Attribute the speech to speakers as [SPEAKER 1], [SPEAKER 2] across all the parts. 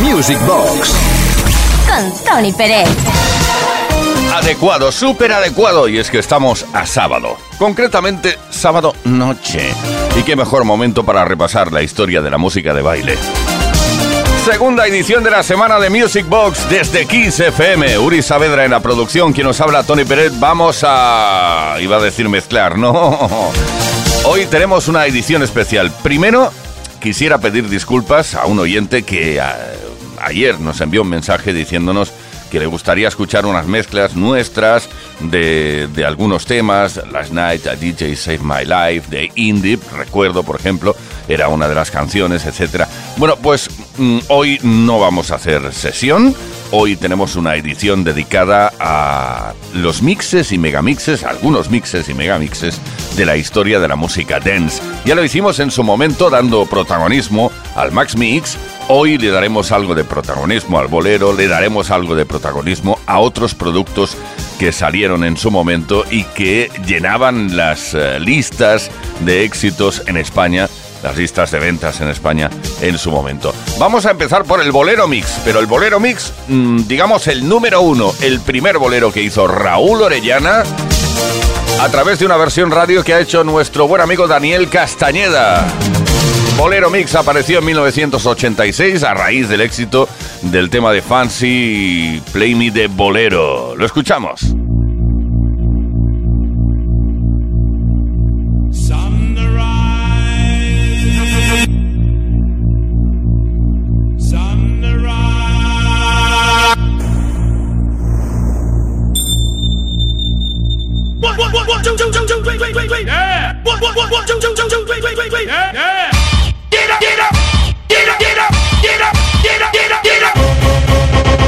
[SPEAKER 1] Music Box
[SPEAKER 2] con Tony Pérez.
[SPEAKER 1] Adecuado, súper adecuado. Y es que estamos a sábado. Concretamente, sábado noche. Y qué mejor momento para repasar la historia de la música de baile. Segunda edición de la semana de Music Box desde 15 FM. Uri Saavedra en la producción, quien nos habla Tony Pérez. Vamos a... iba a decir mezclar, no. Hoy tenemos una edición especial. Primero, quisiera pedir disculpas a un oyente que a, ayer nos envió un mensaje diciéndonos que le gustaría escuchar unas mezclas nuestras de, de, algunos temas. Last Night, a DJ Save My Life, de Indie, recuerdo, por ejemplo, era una de las canciones, etc. Bueno, pues hoy no vamos a hacer sesión. Hoy tenemos una edición dedicada a los mixes y megamixes, algunos mixes y megamixes de la historia de la música dance. Ya lo hicimos en su momento dando protagonismo al Max Mix, Hoy le daremos algo de protagonismo al bolero, le daremos algo de protagonismo a otros productos que salieron en su momento y que llenaban las eh, listas de éxitos en España, las listas de ventas en España en su momento. Vamos a empezar por el bolero mix, pero el bolero mix, mm, digamos el número uno, el primer bolero que hizo Raúl Orellana a través de una versión radio que ha hecho nuestro buen amigo Daniel Castañeda. Bolero Mix apareció en 1986 a raíz del éxito del tema de Fancy Play Me de Bolero. Lo escuchamos.
[SPEAKER 3] Sunrise. Sunrise. One, one, one, two, two, two, two, three, three, three, three. Yeah. One, one, one, one, two, two, two, two, three, three, three, three. Yeah. yeah. Get up, get up, get up, get up, get up, get up, get up, get up.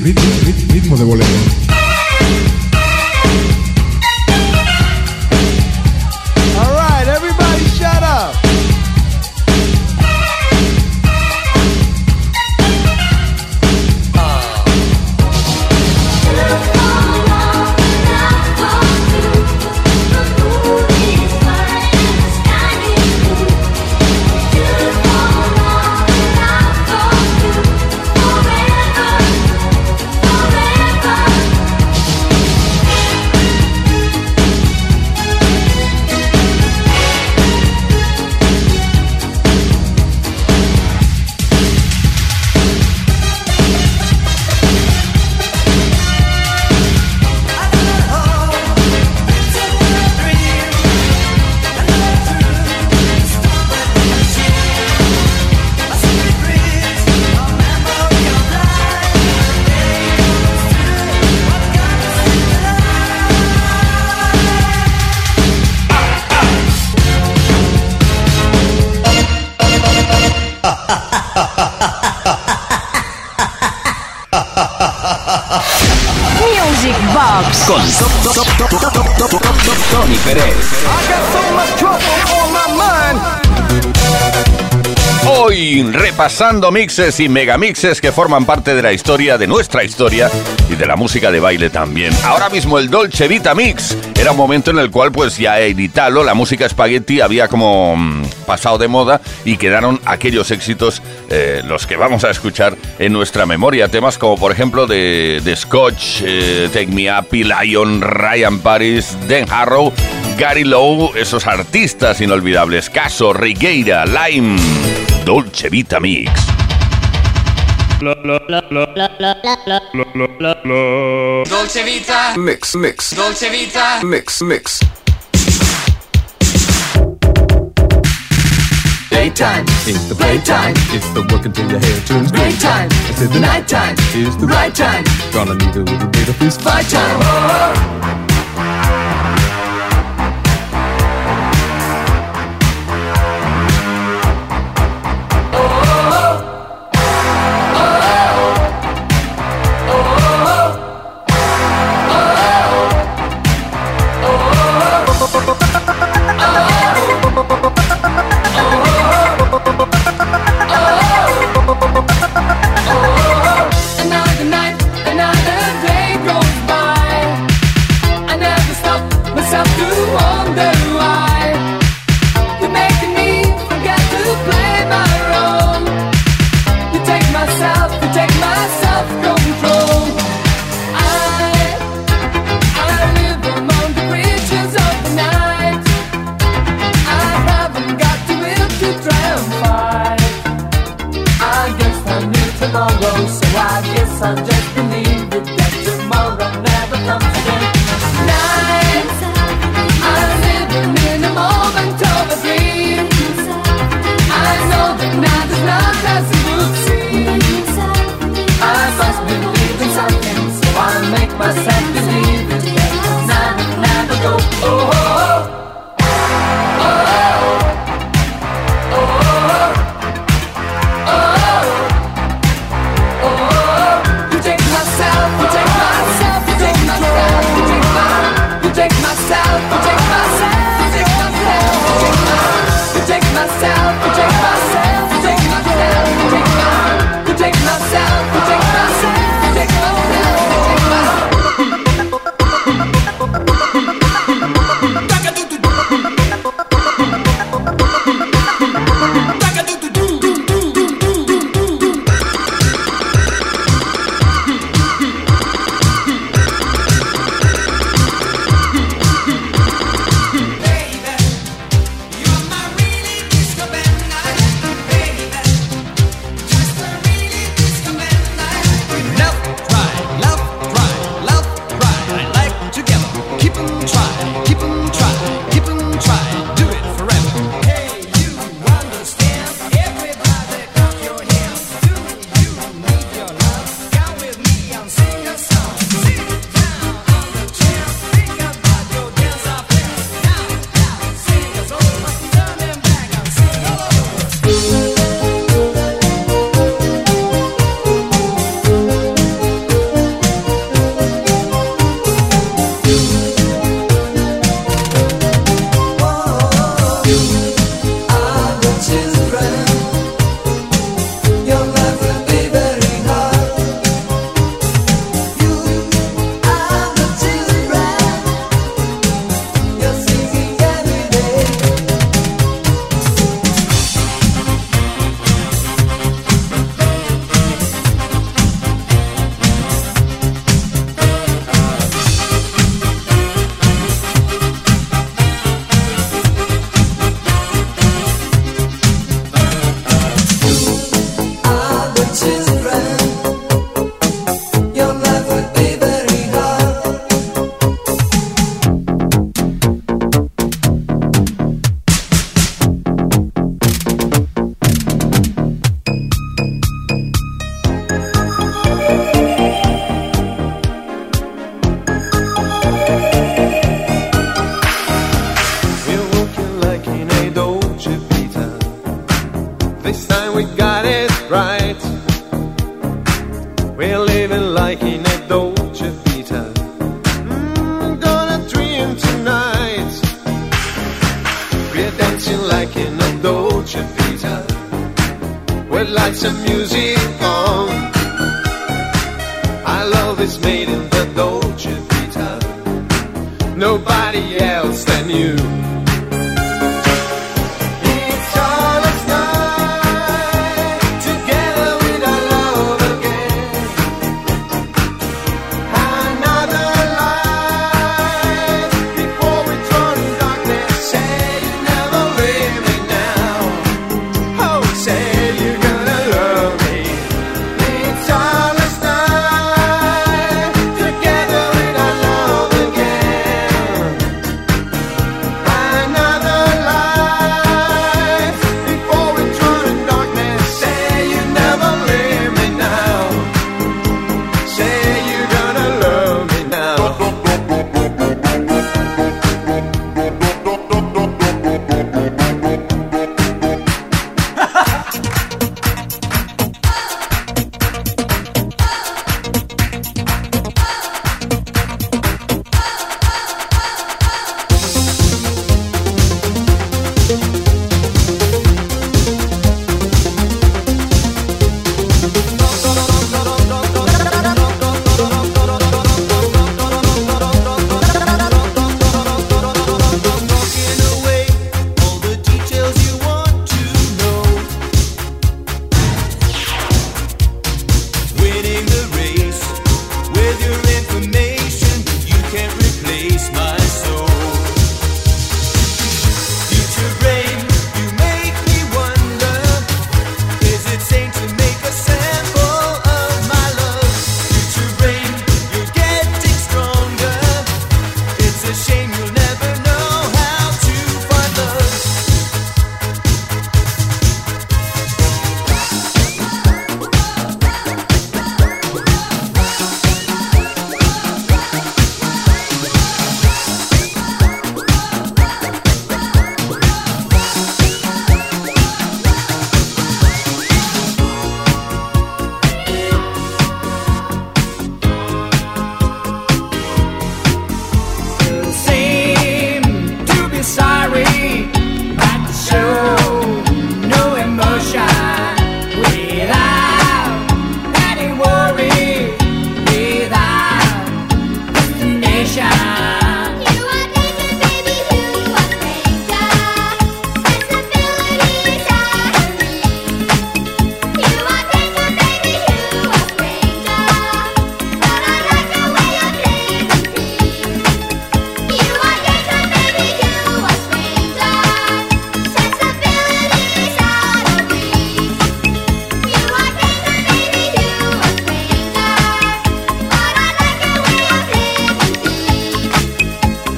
[SPEAKER 4] Oh,
[SPEAKER 5] ritmo de bolero.
[SPEAKER 6] All right, everybody shut up.
[SPEAKER 2] Music Box.
[SPEAKER 7] Con Tony Pérez.
[SPEAKER 1] Hoy repasando mixes y megamixes que forman parte de la historia, de nuestra historia y de la música de baile también. Ahora mismo el Dolce Vita Mix era un momento en el cual pues ya en Italo la música spaghetti había como mm, pasado de moda y quedaron aquellos éxitos eh, los que vamos a escuchar en nuestra memoria. Temas como por ejemplo de, de Scotch, eh, Take Me Up, Lion, Ryan Paris, Dan Harrow, Gary Lowe, esos artistas inolvidables, Caso, Rigueira, Lime, Dolce Vita Mix.
[SPEAKER 4] Dolce Vita,
[SPEAKER 7] Mix, mix,
[SPEAKER 4] Dolce Vita,
[SPEAKER 7] mix, mix.
[SPEAKER 4] daytime,
[SPEAKER 7] It's the
[SPEAKER 4] playtime,
[SPEAKER 7] It's the work until your hair turns green.
[SPEAKER 4] daytime,
[SPEAKER 7] It's the
[SPEAKER 4] nighttime,
[SPEAKER 7] It's the
[SPEAKER 4] right time,
[SPEAKER 7] Gonna need a little bit of this
[SPEAKER 4] my
[SPEAKER 7] fight
[SPEAKER 4] time. Another night, another day goes by. I never stop myself to wonder why. You're making me forget to play my role. You take myself, you take my self control. I, I live among the creatures of the night. I haven't got the will to try and fight. I guess I knew tomorrow, so I guess I just believed it that tomorrow never comes again. Night, I'm living in a moment of a dream. I know that night is not as it would seem. I must believe in something, so I make myself believe it that night will never go. Oh, oh, oh. You take myself, you take myself, you take myself, you take my, you take myself, you take myself, you take myself, you take my, you take myself, you take myself, you take myself, you take my, you take myself, you take myself, you take myself, you take my.
[SPEAKER 8] Baby, you're my really disco band.
[SPEAKER 9] We're living like in a Dolce Vita. Mm, gonna dream tonight. We're dancing like in a Dolce Vita. With lights and music on. Our love is made in the Dolce Vita. Nobody else than you. It's all us night, together with our love again. Another light before we turn darkness. Say you never leave me now. Oh, say you're gonna love me. It's all us night, together with our love again. Another light before we turn in darkness. Say you never leave me now. Say you're gonna love me now.
[SPEAKER 5] Winning the race with your information, you can't replace my soul. Future brain, you make me wonder, is it sane to make a sample of my love? Future brain, you're getting stronger. It's a shame you'll never know how to find love. seem to be sorry but show no emotion without any worry without destination
[SPEAKER 4] You are danger, baby, you are danger. Sensibility is irony. You are danger, baby, you are danger. But I like the way you play with me. You are danger, baby, you are danger. Sensibility is irony. You are danger, baby, you are danger. But I like the way you play with me.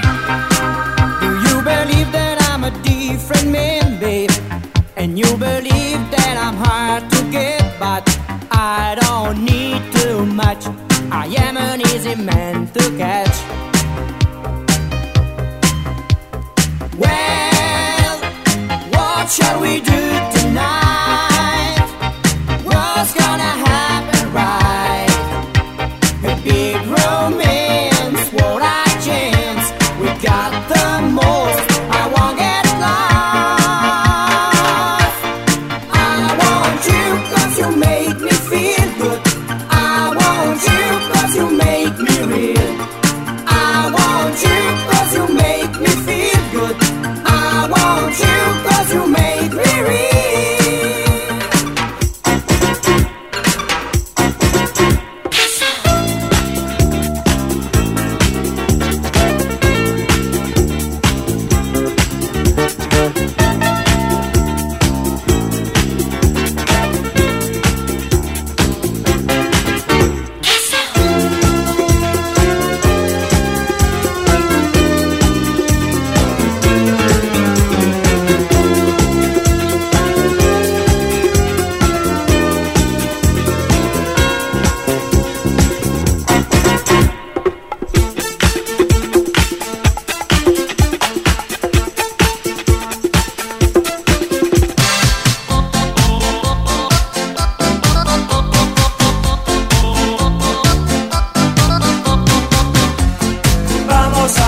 [SPEAKER 5] Do you believe that I'm a different man, babe? And you believe that I'm hard to get, but I don't need too much. I am an easy man to catch. Well, what shall we do tonight? What's gonna happen right? A big romance, what I chance. We got the most. I won't get lost. I want you 'cause you make me feel good. I want you 'cause you make me real.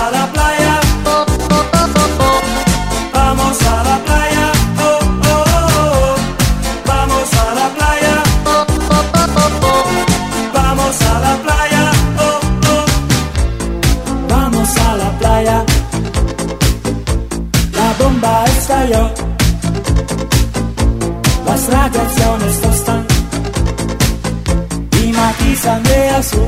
[SPEAKER 10] oh, oh, sensaciones tostan y matizan de azul.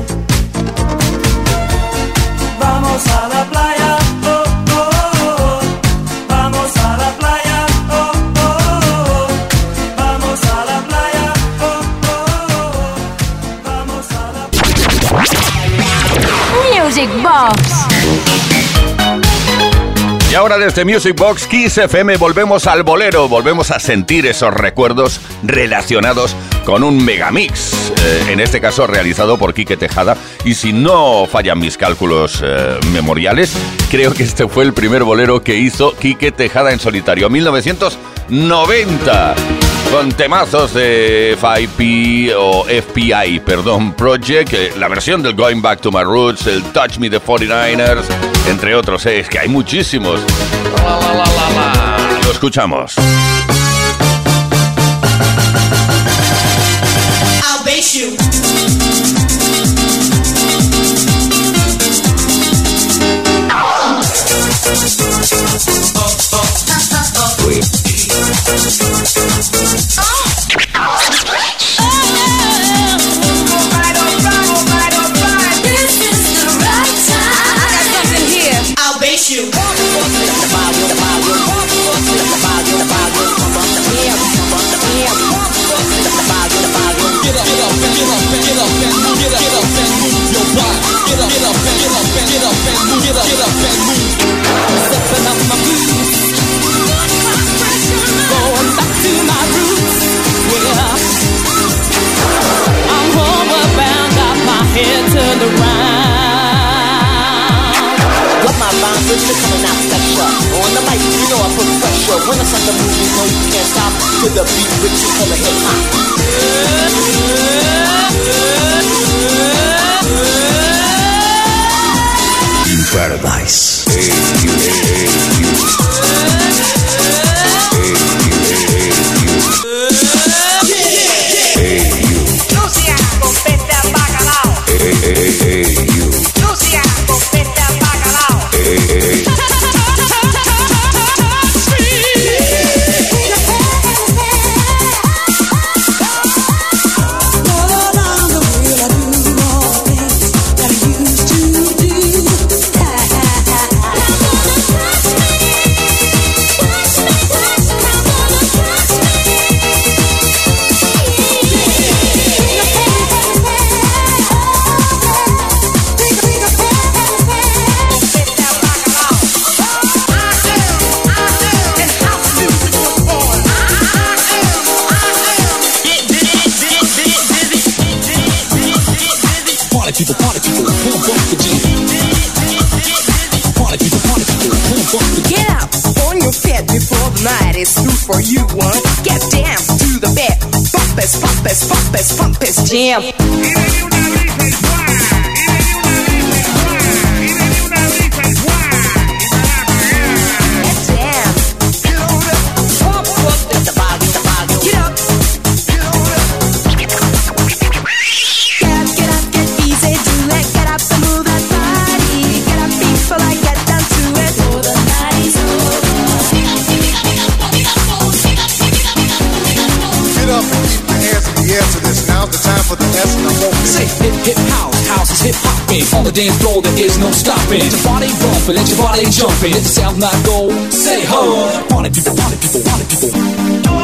[SPEAKER 10] Vamos a la playa. oh, oh, oh, oh. Vamos a la playa, oh, oh, oh, oh. vamos a la playa, oh, oh, oh, oh. vamos a la playa.
[SPEAKER 11] Music Box.
[SPEAKER 1] Y ahora desde Music Box Kiss FM volvemos al bolero, volvemos a sentir esos recuerdos relacionados con un megamix, eh, en este caso realizado por Quique Tejada. Y si no fallan mis cálculos eh, memoriales, creo que este fue el primer bolero que hizo Quique Tejada en solitario, 1990. Con temazos de FIP o FPI, perdón, Project, eh, la versión del Going Back to My Roots, el Touch Me the 49ers, entre otros, eh, es que hay muchísimos. La, la, la, la, la. Lo escuchamos.
[SPEAKER 10] I'll base you. I'll base you.
[SPEAKER 5] Get up on your feet before the night is through for you. One, get down to the bed. Bump this, bump this, bump this, bump this jam. Get down. Bump, bump this. Get up. Get up, get up, get easy, do it. Get up and move that body. Get up before I get down to it. Oh, the night is
[SPEAKER 6] Get up and keep your hands in the air to this. Now's the time for the S and I won't say.
[SPEAKER 12] Say hip hip house, house is hip hopping. On the dance floor, there is no stopping. Let your body bump and let your body jump and let the sound not go. Say ho! Party people, party people, party people. Party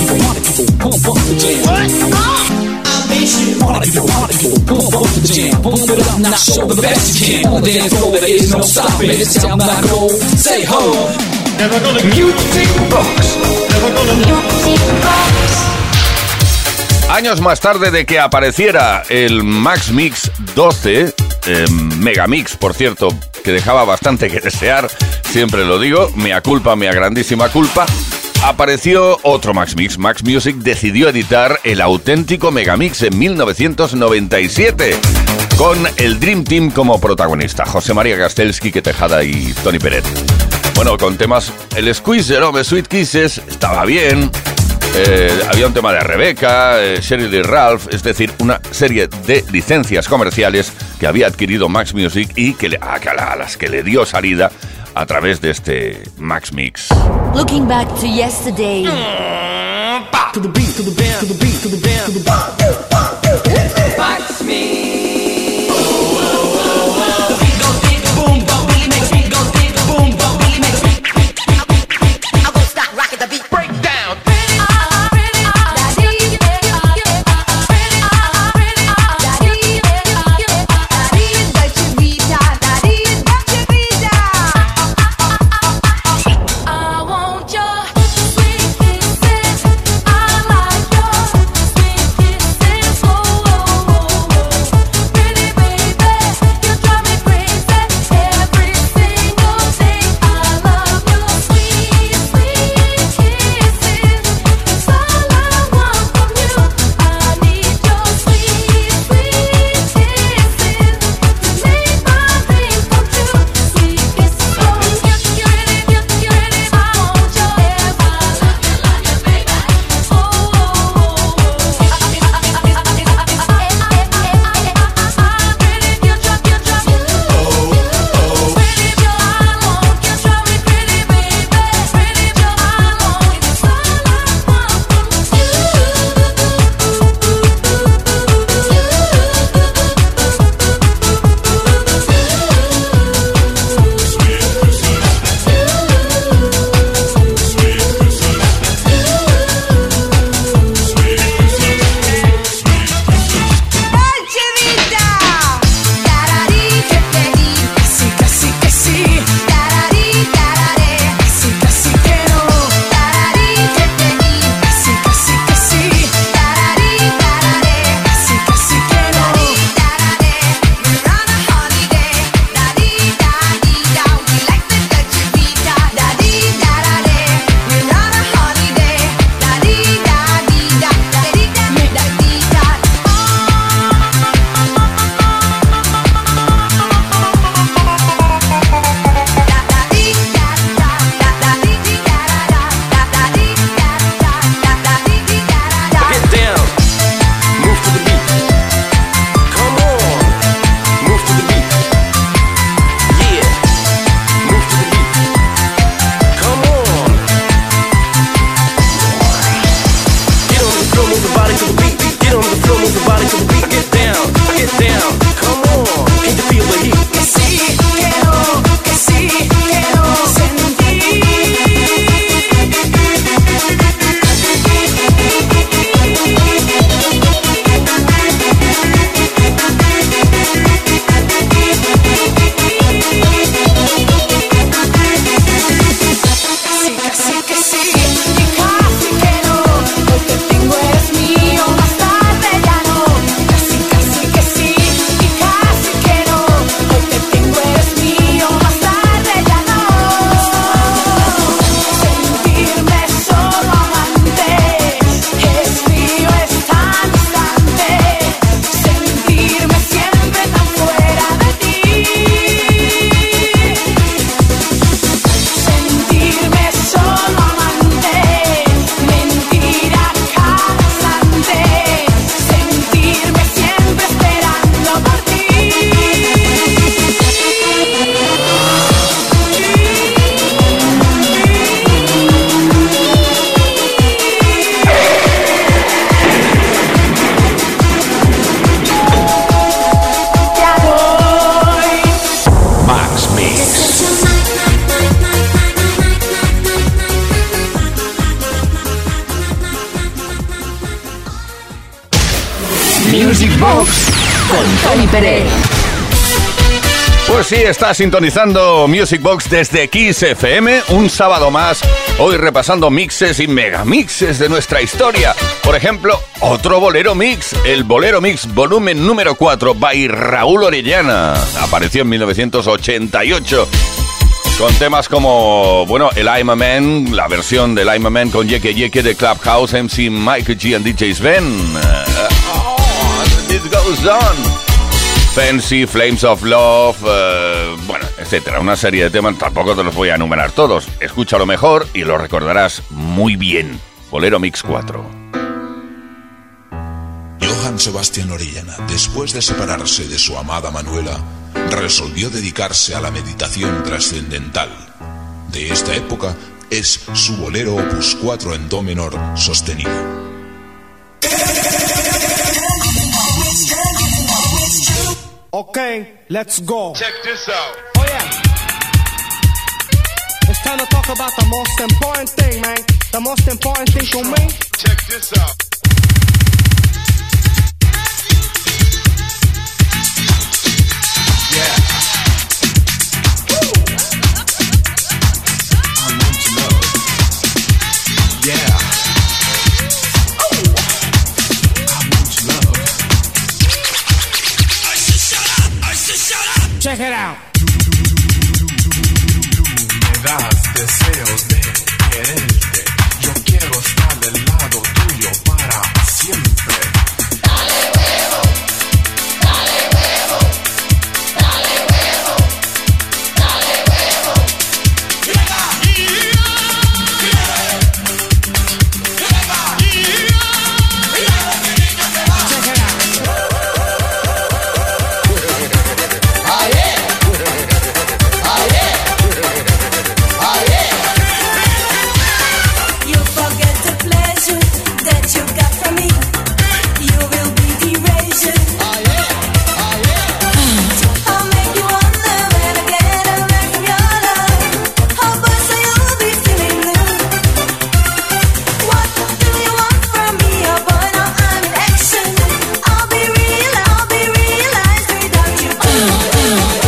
[SPEAKER 12] people, party people, pump up the jam. Party people, party people, pump up the jam. Pump it up, now show the best you can. On the dance floor, there is no stopping. Let the sound not go. Say ho!
[SPEAKER 13] Never gonna music box. Never gonna
[SPEAKER 1] Años más tarde de que apareciera el Max Mix 12, eh, Megamix, por cierto, que dejaba bastante que desear, siempre lo digo, mea culpa, mea grandísima culpa, apareció otro Max Mix. Max Music decidió editar el auténtico Megamix en 1997, con el Dream Team como protagonista, José María Gastelski, que Tejada y Tony Peret. Bueno, con temas, el Squeezer, hombre, Sweet Kisses, estaba bien. Eh, había un tema de Rebeca, eh, Sheryl y Ralph, es decir, una serie de licencias comerciales que había adquirido Max Music y que le- a, que- a las que le dio salida a través de este Max Mix.
[SPEAKER 11] Looking back to yesterday.
[SPEAKER 4] To the beat, to the band, to the beat, to the band, to the beat. Box me. The beat goes big, boom, boom, really makes me goes big, boom, boom, really makes me. I won't stop rocking the beat. Break down.
[SPEAKER 12] I want your
[SPEAKER 4] Get down. Move to the beat. Come on. Move to the beat. Yeah. Move to the beat. Come on. Get on the floor, move your body to the beat. Get on the floor, move your body to the beat. Get down. Get down. Come on. Hit the feel the heat. Que sí, quiero, que sí, quiero
[SPEAKER 12] Sí, casi que sí, y casi que no. Hoy te tengo, eres mío, más tarde ya no. Casi, casi que sí, y casi que no. Hoy te tengo, eres mío, más tarde ya no. Sentirme solo amante, es mío, es tan distante. Sentirme siempre tan fuera de ti. Sentirme solo amante, mentira cansante, sentirme siempre esperando por ti. Ya voy.
[SPEAKER 14] Max Mix.
[SPEAKER 1] Music Box
[SPEAKER 11] con Tony Pérez.
[SPEAKER 1] Pues sí, está sintonizando Music Box desde Kiss FM un sábado más. Hoy repasando mixes y megamixes de nuestra historia. Por ejemplo, otro bolero mix, el Bolero Mix volumen número 4 by Raúl Orellana. Apareció en 1988. Con temas como, bueno, el I'm a Man, la versión del I'm a Man con Yeke Yeke de Clubhouse, MC Michael G and DJ Sven. Eh, oh, it goes on. Fancy, Flames of Love, eh, bueno, etcétera. Una serie de temas, tampoco te los voy a enumerar todos. Escúchalo mejor y lo recordarás muy bien. Bolero Mix 4.
[SPEAKER 3] Johann Sebastian Orellana, después de separarse de su amada Manuela,
[SPEAKER 4] resolvió dedicarse a la meditación trascendental. De esta época es su bolero opus 4 en do menor sostenido.
[SPEAKER 5] Okay, let's go.
[SPEAKER 3] Check this out.
[SPEAKER 5] Oh yeah. It's time to talk about the most important thing, man. The most important thing to me.
[SPEAKER 3] Check this out.
[SPEAKER 4] Yeah. I want your love.
[SPEAKER 5] Check it out.
[SPEAKER 4] das deseos de quererte. Yo quiero estar del lado tuyo para siempre.
[SPEAKER 10] You forget the pleasure that you got from me. You will be the razor. I'll make you wonder when I get away from your love. Oh, boy, so you'll be feeling blue. What do you want from me? Oh, boy, now I'm in action. I'll be real, I'll be realized without you.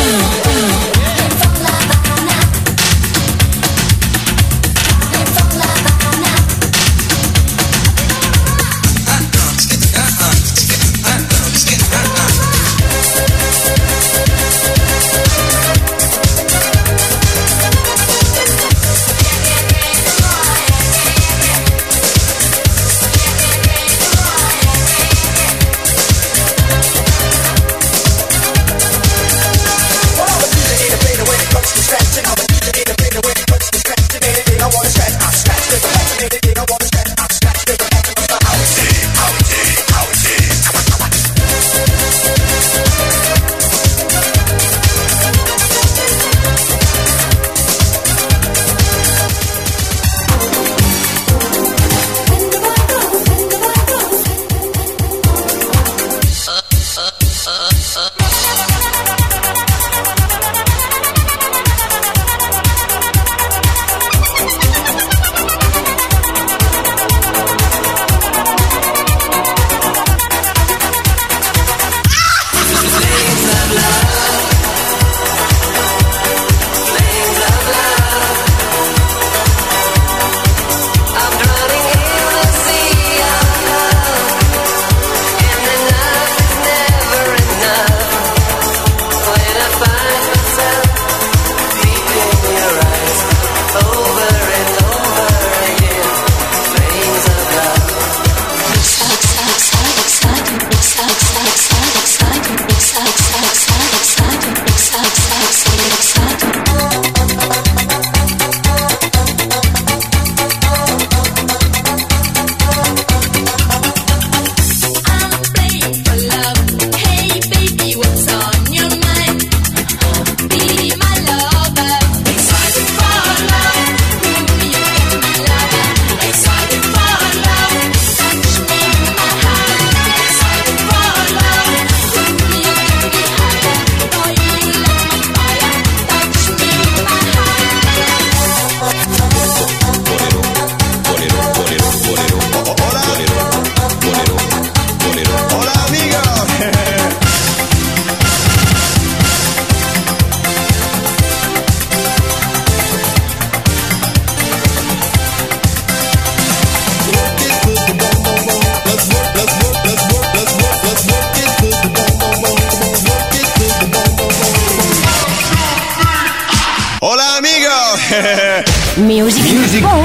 [SPEAKER 1] Hola amigos.
[SPEAKER 11] Music, Box,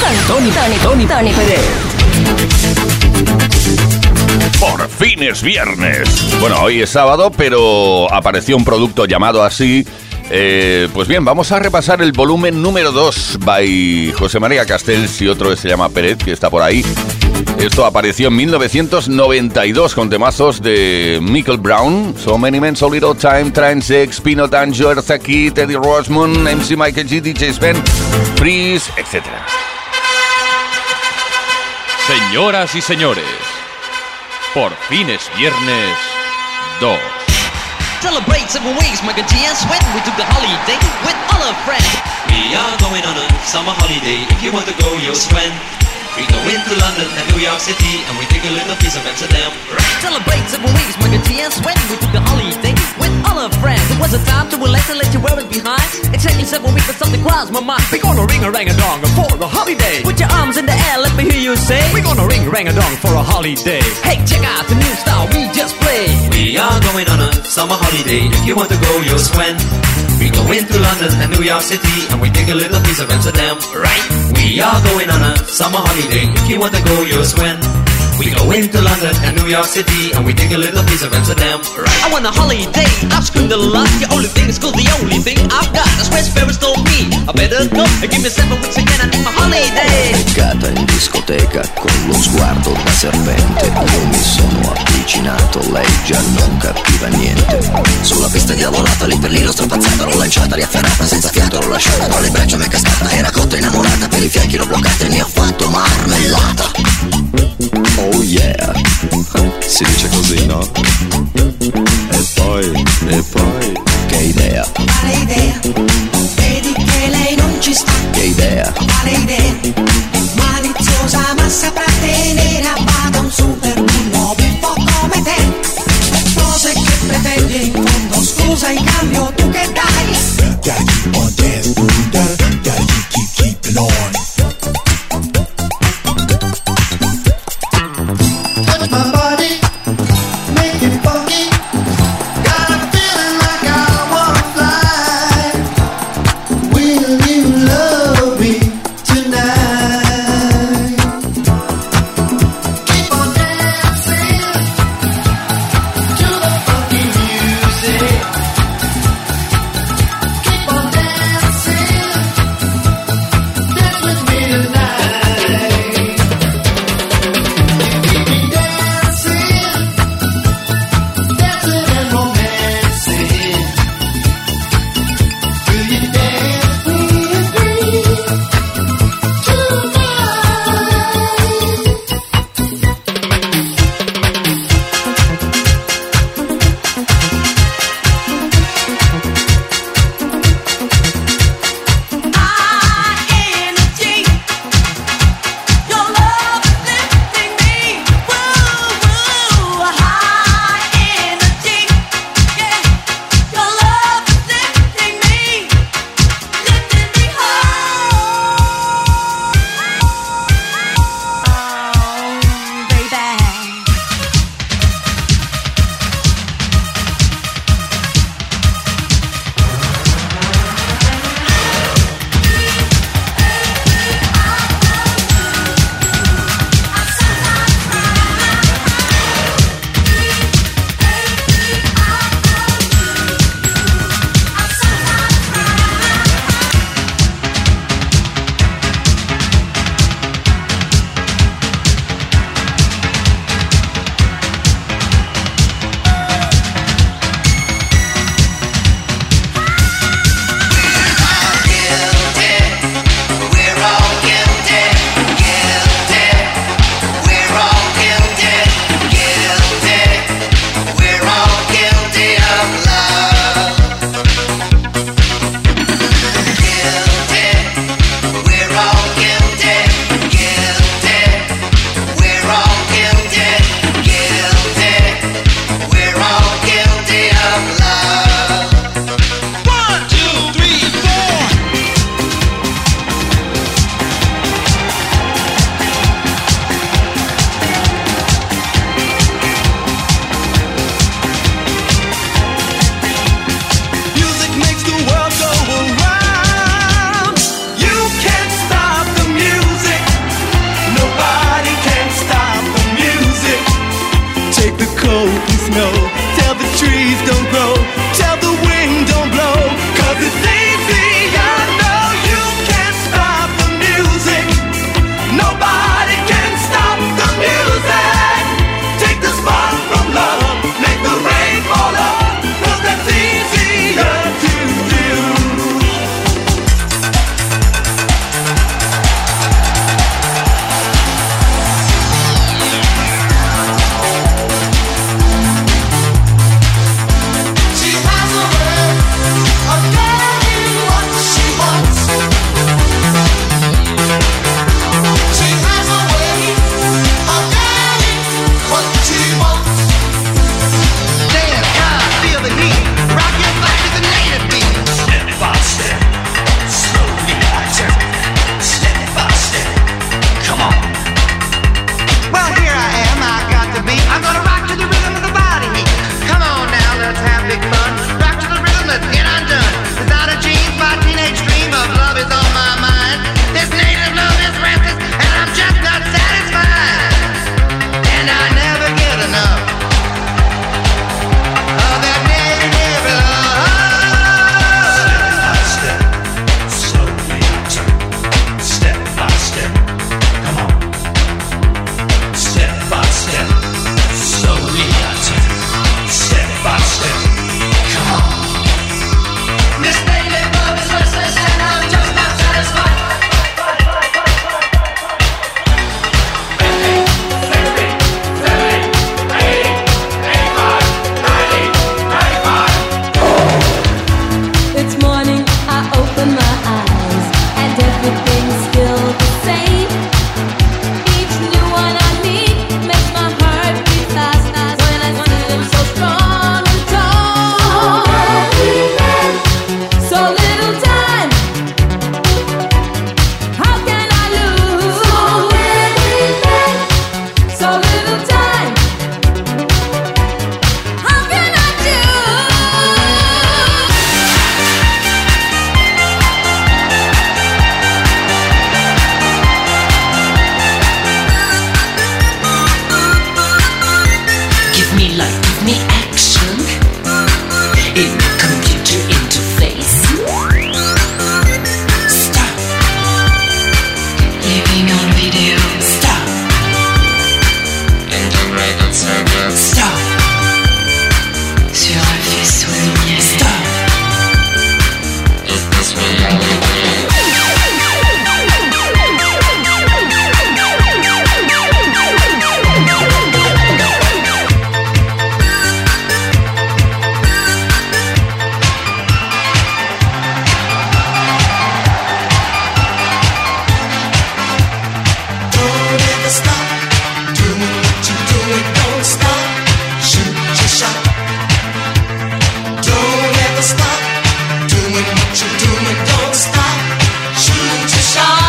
[SPEAKER 11] con Tony, Tony, Tony, Tony Pérez.
[SPEAKER 1] Por fin es viernes. Bueno, hoy es sábado, pero apareció un producto llamado así. Eh, pues bien, vamos a repasar el volumen número 2 by José María Castells y otro que se llama Pérez, que está por ahí. Esto apareció en 1992 con temazos de Michael Brown, So Many Men, So Little Time, Transex, Pino Danjo, Eartha Kitt, Teddy Rosemond, MC Michael G, DJ Sven, Freeze, etc.
[SPEAKER 3] Señoras y señores, por fin es viernes 2.
[SPEAKER 11] Celebrate several weeks, Michael G and Sweat. We took the holiday with all our friends. We are going on a summer holiday. If you want to go, you'll swim. We go into London and New York City, and we take a little piece of Amsterdam. Celebrate several weeks, Michael G and Sweat. We took the holiday with all our friends. It was a time to relax and let you wear it behind. Exactly several weeks, but something crossed my mind. We're gonna ring a rang a dong for the holiday. Put your arms in the air, let me hear you say. We're gonna ring rang a dong for a holiday. Hey, check out the new style we just played. We are going on a summer holiday. If you want to go, you'll swim. We go into London and New York City, and we take a little piece of Amsterdam, right? We are going on a summer holiday. If you want to go, you'll swim. We go into London and New York City, and we take a little piece of Amsterdam, right? I want a holiday. I've screwed a lot. The only thing is cool. The only thing I've got. That's where Ferris told me. I better go and give me seven weeks again. I need my holiday.
[SPEAKER 15] Beccata in discoteca con lo sguardo da serpente. Io mi sono avvicinato, lei già non capiva niente. Sulla pista diavolata, lì per lì l'ho strapazzata, l'ho lanciata, riafferrata, senza fiato, l'ho lasciata, tra le braccia mi è cascata, era cotta innamorata, per i fianchi l'ho bloccata e ne ho fatto marmellata.
[SPEAKER 16] Oh yeah, si dice così, no? E poi, e poi, che idea,
[SPEAKER 10] Vale idea, vedi che lei non ci sta.
[SPEAKER 16] che idea,
[SPEAKER 10] Vale idea, maliziosa ma saprà tenere a bada un super bullo buffo come te. Le cose che pretendi in fondo, scusa in cambio tu che dai?
[SPEAKER 17] Gotta keep on dancing, gotta, gotta keep, keep, keeping on.
[SPEAKER 10] Touch my body, make it funky. Got a feeling like I wanna fly. Will you love me tonight? Keep on dancing to the funky music. Keep on dancing, dance with me tonight. Dancing, dancing and romancing. Will you dance with me tonight? Oh,
[SPEAKER 5] Music makes the world go around. You can't stop the music. Nobody can stop the music. Take the cold and snow. Tell the trees don't grow. Tell the wind don't blow. Cause it's easy, I know. You can't stop the music. Nobody can stop the music.
[SPEAKER 3] Oh,
[SPEAKER 18] me like me action in the computer interface. Stop living on video. Stop in the record server. Stop sur un fils ou lumière. Stop. It was
[SPEAKER 6] Don't ever stop doing what you're doing. Don't stop, shoot your shot. Don't ever stop doing what you're doing. Don't stop, shoot your shot.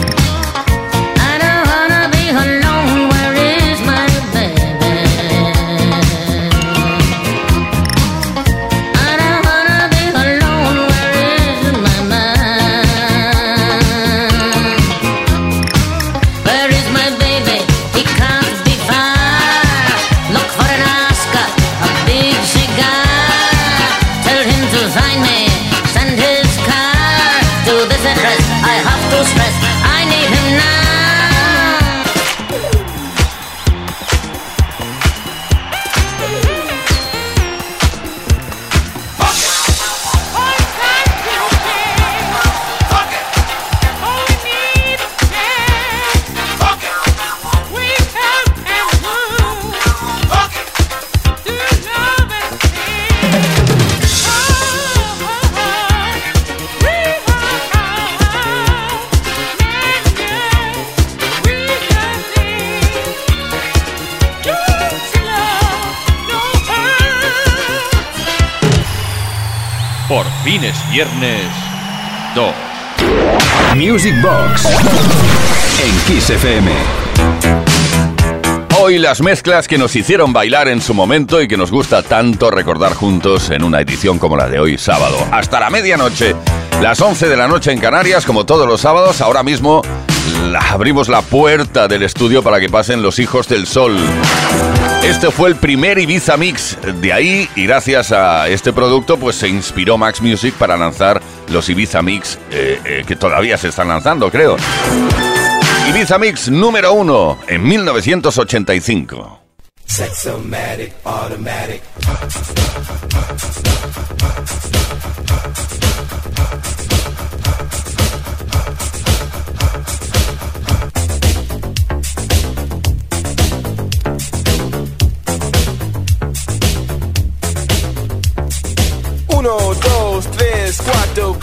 [SPEAKER 11] I don't wanna be alone. Where is my baby? I don't wanna be alone. Where is my man? Where is my baby? He can't be far. Look for an Oscar, a big cigar. Tell him to find me. Send his car to this address. I have to stress. I need him now.
[SPEAKER 5] Por fin es viernes 2.
[SPEAKER 1] Music Box en Kiss FM. Hoy las mezclas que nos hicieron bailar en su momento y que nos gusta tanto recordar juntos en una edición como la de hoy sábado. Hasta la medianoche, las 11 de la noche en Canarias, como todos los sábados, ahora mismo la- abrimos la puerta del estudio para que pasen los hijos del sol. Este fue el primer Ibiza Mix. De ahí, y gracias a este producto, pues se inspiró Max Music para lanzar los Ibiza Mix eh, eh, que todavía se están lanzando, creo. Ibiza Mix número uno en 1985.
[SPEAKER 19] Sexomatic, automatic.
[SPEAKER 20] Uno, dos, tres, cuatro.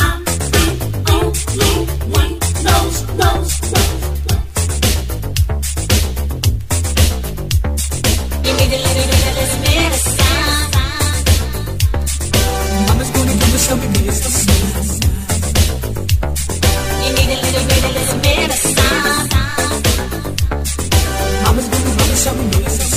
[SPEAKER 6] Give me the little bit of this medicine. Mama's gonna give us some medicine. You need a little bit of this medicine. Mama's gonna give us some medicine.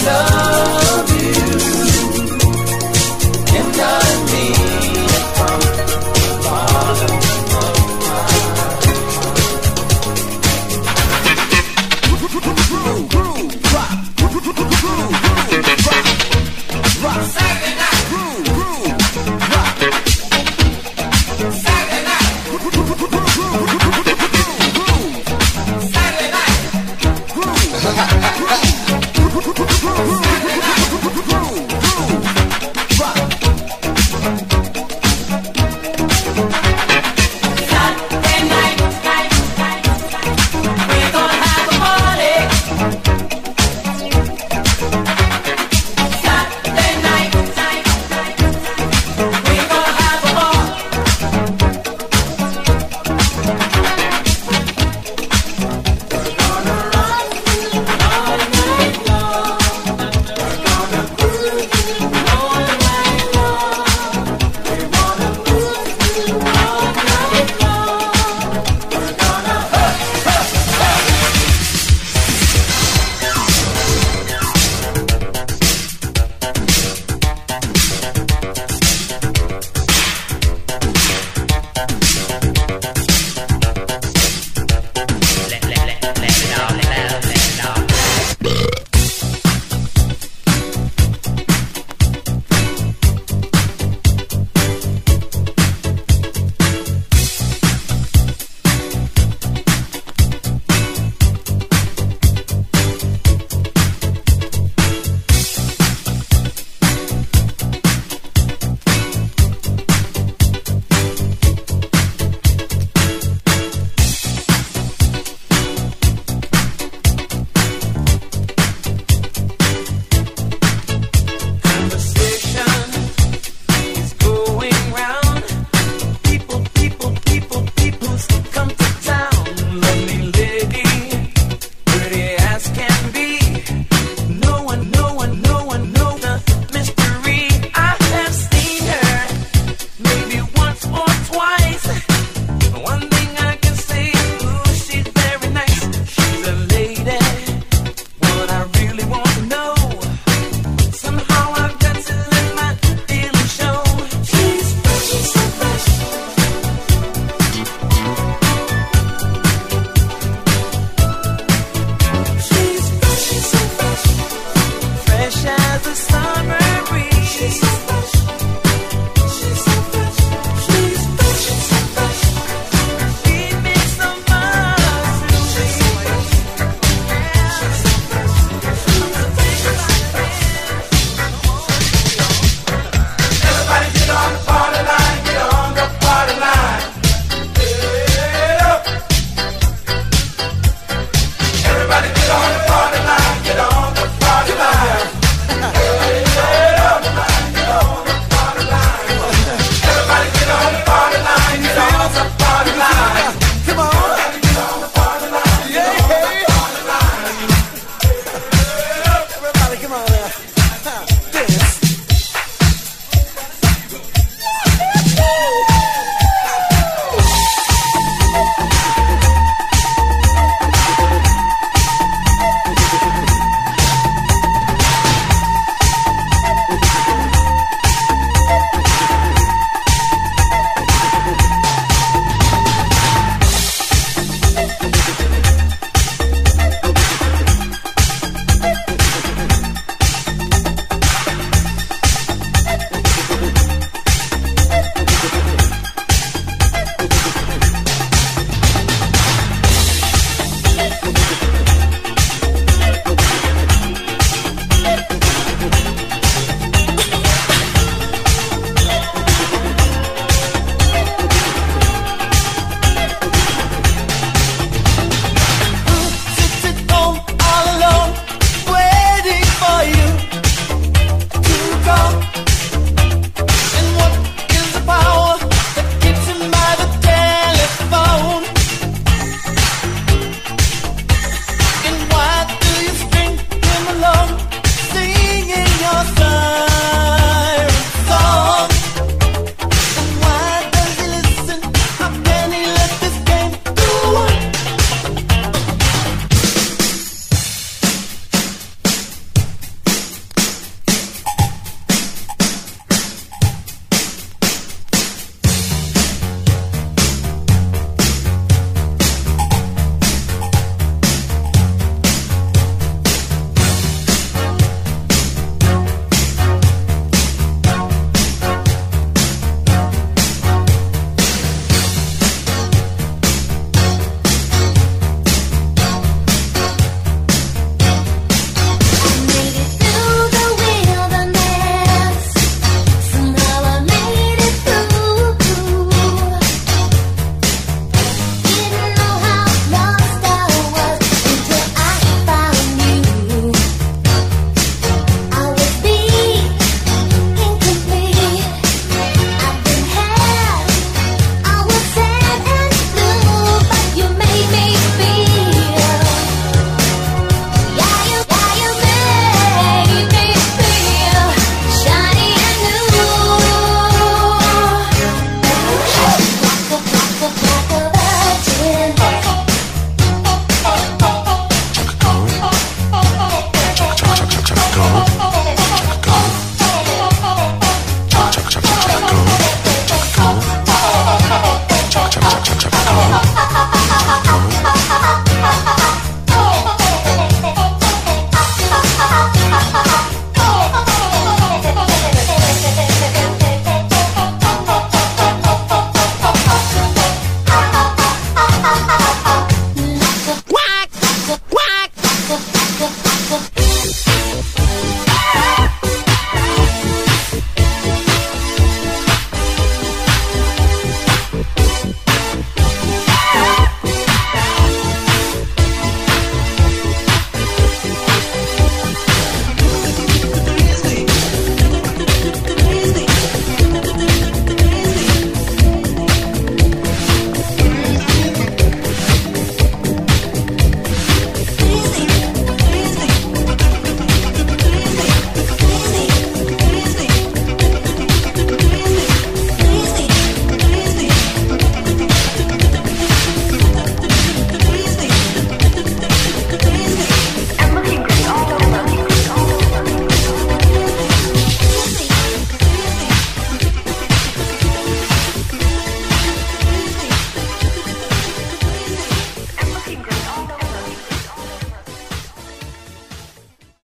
[SPEAKER 12] love.